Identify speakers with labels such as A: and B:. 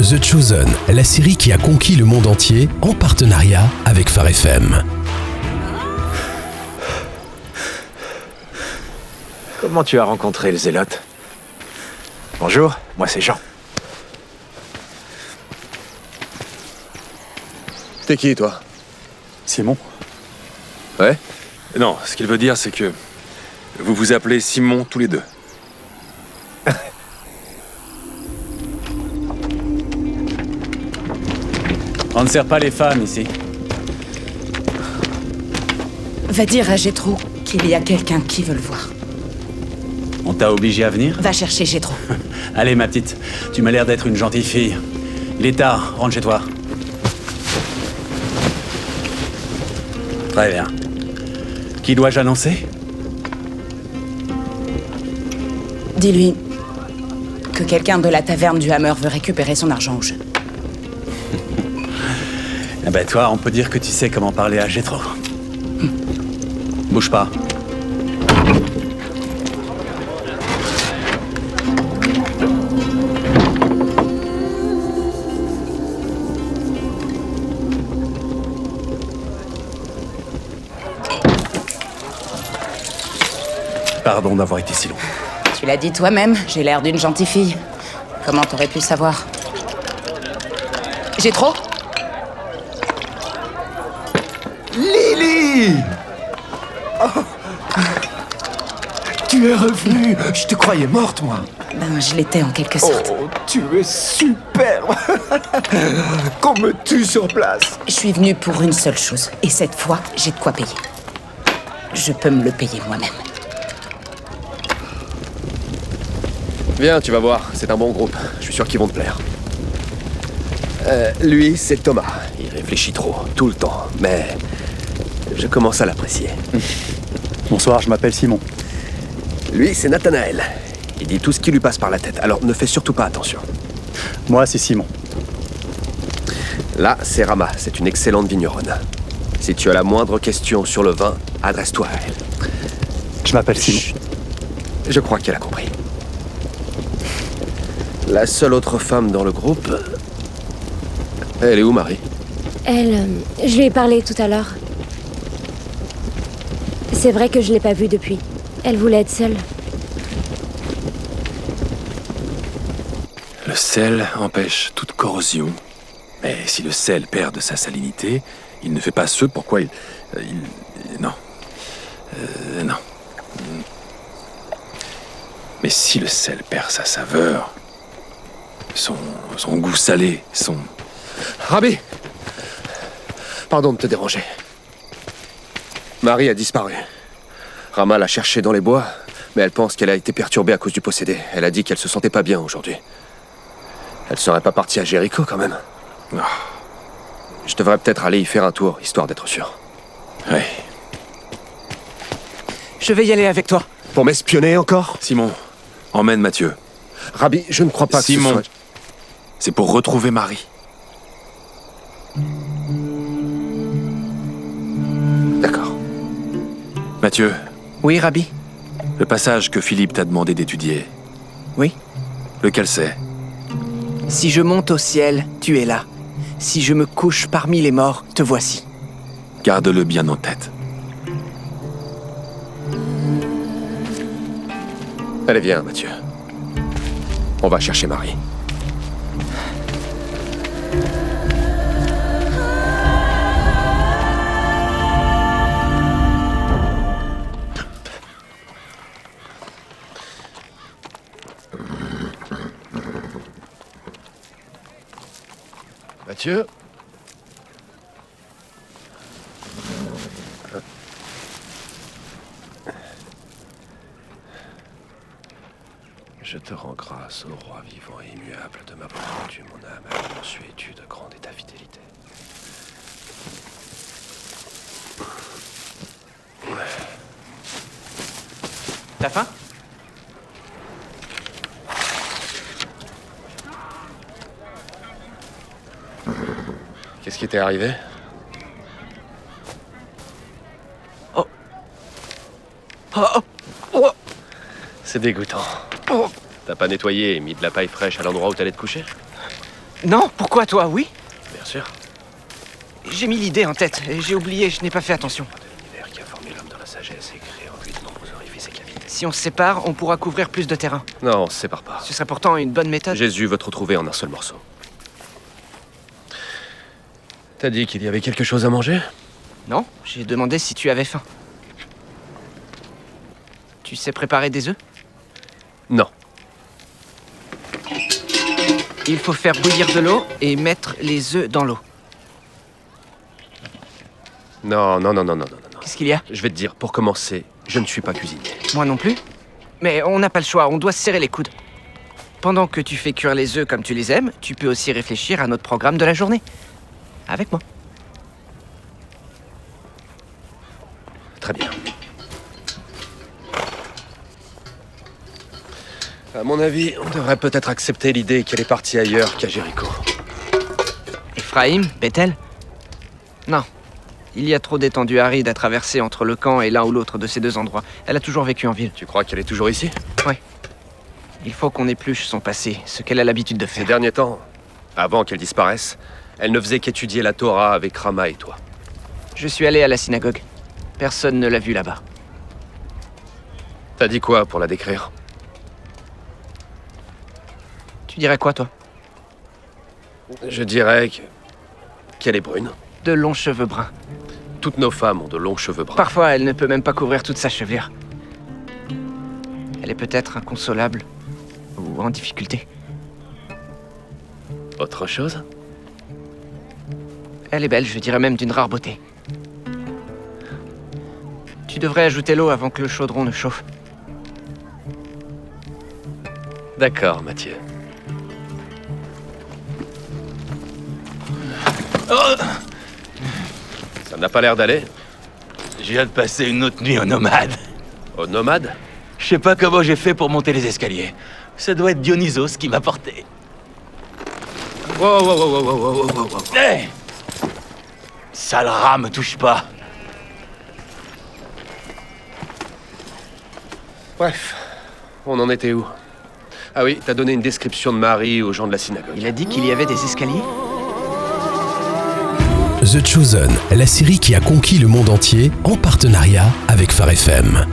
A: The Chosen, la série qui a conquis le monde entier en partenariat avec Phare FM.
B: Comment tu as rencontré le zélote Bonjour, moi c'est Jean.
C: T'es qui, toi
D: Simon
C: Ouais
E: Non, ce qu'il veut dire, c'est que vous vous appelez Simon tous les deux.
D: On ne sert pas les femmes ici.
F: Va dire à Gétro qu'il y a quelqu'un qui veut le voir.
D: On t'a obligé à venir
F: Va chercher Gétro.
D: Allez, ma petite, tu m'as l'air d'être une gentille fille. Il est tard, rentre chez toi. Très bien. Qui dois-je annoncer
F: Dis-lui que quelqu'un de la taverne du Hammer veut récupérer son argent au jeu.
D: Eh ben, toi, on peut dire que tu sais comment parler à Gétro. Bouge pas. Pardon d'avoir été si long.
F: Tu l'as dit toi-même, j'ai l'air d'une gentille fille. Comment t'aurais pu le savoir Gétro
B: Lily Oh. Tu es revenu Je te croyais morte, moi
F: Ben, je l'étais en quelque
B: Oh,
F: sorte.
B: tu es superbe Qu'on me tue sur place
F: Je suis venue pour une seule chose, et cette fois, j'ai de quoi payer. Je peux me le payer moi-même.
C: Viens, tu vas voir, c'est un bon groupe. Je suis sûr qu'ils vont te plaire. Euh, lui, c'est Thomas. Il réfléchit trop, tout le temps, mais je commence à l'apprécier.
D: Bonsoir, je m'appelle Simon.
C: Lui, c'est Nathanaël. Il dit tout ce qui lui passe par la tête, alors ne fais surtout pas attention.
D: Moi, c'est Simon.
C: Là, c'est Rama, c'est une excellente vigneronne. Si tu as la moindre question sur le vin, adresse-toi à elle.
D: Je m'appelle
C: Chut. Je crois qu'elle a compris. La seule autre femme dans le groupe. Elle est où, Marie
G: Elle, euh, je lui ai parlé tout à l'heure. C'est vrai que je l'ai pas vue depuis. Elle voulait être seule.
E: Le sel empêche toute corrosion, mais si le sel perd de sa salinité, il ne fait pas ce pourquoi il. euh, il- non. Euh, non. Mais si le sel perd sa saveur, son, son goût salé, son.
C: Rabbi Pardon de te déranger. Marie a disparu. Rama l'a cherchée dans les bois, mais elle pense qu'elle a été perturbée à cause du possédé. Elle a dit qu'elle se sentait pas bien aujourd'hui. Elle serait pas partie à Jéricho quand même.
E: Ah,
C: Je devrais peut-être aller y faire un tour, histoire d'être sûr.
E: ouais.
H: Je vais y aller avec toi.
C: Pour m'espionner encore
E: Simon, emmène Mathieu.
C: Rabbi, je ne crois pas que ce
E: Simon.
C: soit-
E: C'est pour retrouver Marie.
C: D'accord.
E: Mathieu,
H: Oui, Rabbi
E: le passage que Philippe t'a demandé d'étudier.
H: Oui.
E: Lequel c'est
H: Si je monte au ciel, tu es là. Si je me couche parmi les morts, te voici.
E: Garde-le bien en tête.
C: Allez, viens, Mathieu. On va chercher Marie. Mathieu Je te rends grâce, au roi vivant et immuable, de m'avoir rendu mon âme à la consuétude grande et ta fidélité.
H: T'as faim
C: Qu'est-ce qui t'est arrivé
H: Oh.
C: C'est dégoûtant. T'as pas nettoyé et mis de la paille fraîche à l'endroit où t'allais te coucher
I: Non Pourquoi toi Oui
B: Bien sûr.
I: J'ai mis l'idée en tête. et J'ai oublié, je n'ai pas fait attention.
B: L'univers qui a formé l'homme dans la sagesse et créé en vue de nombreux orifices et cavités.
I: Si on se sépare, on pourra couvrir plus de terrain.
C: Non, on se sépare pas.
I: Ce serait pourtant une bonne méthode.
C: Jésus veut te retrouver en un seul morceau. T'as dit qu'il y avait quelque chose à manger
I: Non J'ai demandé si tu avais faim. Tu sais préparer des œufs
C: Non.
I: Il faut faire bouillir de l'eau et mettre les œufs dans l'eau.
C: Non, non, non, non, non, non, non.
I: Qu'est-ce qu'il y a
C: Je vais te dire, pour commencer, je ne suis pas cuisinier.
I: Moi non plus. Mais on n'a pas le choix, on doit se serrer les coudes. Pendant que tu fais cuire les œufs comme tu les aimes, tu peux aussi réfléchir à notre programme de la journée. Avec moi.
C: Très bien. À mon avis, on devrait peut-être accepter l'idée qu'elle est partie ailleurs qu'à Jéricho.
I: Ephraim, Bethel Non. Il y a trop d'étendues arides à traverser entre le camp et l'un ou l'autre de ces deux endroits. Elle a toujours vécu en ville.
C: Tu crois qu'elle est toujours ici
I: Il faut qu'on épluche son passé, ce qu'elle a l'habitude de
C: Ces
I: faire.
C: derniers temps, avant qu'elle disparaisse, elle ne faisait qu'étudier la Torah avec Rama et toi.
I: Je suis allé à la synagogue. Personne ne l'a vue là-bas.
C: T'as dit quoi pour la décrire
I: Tu dirais quoi, toi
C: Je dirais que- qu'elle est brune.
I: De longs cheveux bruns.
C: Toutes nos femmes ont de longs cheveux bruns.
I: Parfois, elle ne peut même pas couvrir toute sa chevelure. Elle est peut-être inconsolable ou en difficulté.
C: Autre chose
I: Elle est belle, je dirais même d'une rare beauté. Tu devrais ajouter l'eau avant que le chaudron ne chauffe.
C: D'accord, Mathieu. Oh Ça n'a pas l'air d'aller.
J: Je viens de passer une autre nuit en nomade.
C: Au nomade
J: Je sais pas comment j'ai fait pour monter les escaliers. Ça doit être Dionysos qui m'a porté.
C: Wow, wow, wow, wow, wow, wow, wow, wow.
J: Hé Sale rat, me touche pas.
C: Bref, on en était où Ah oui, t'as donné une description de Marie aux gens de la synagogue.
I: Il a dit qu'il y avait des escaliers
A: The Chosen, la série qui a conquis le monde entier en partenariat avec Phare FM.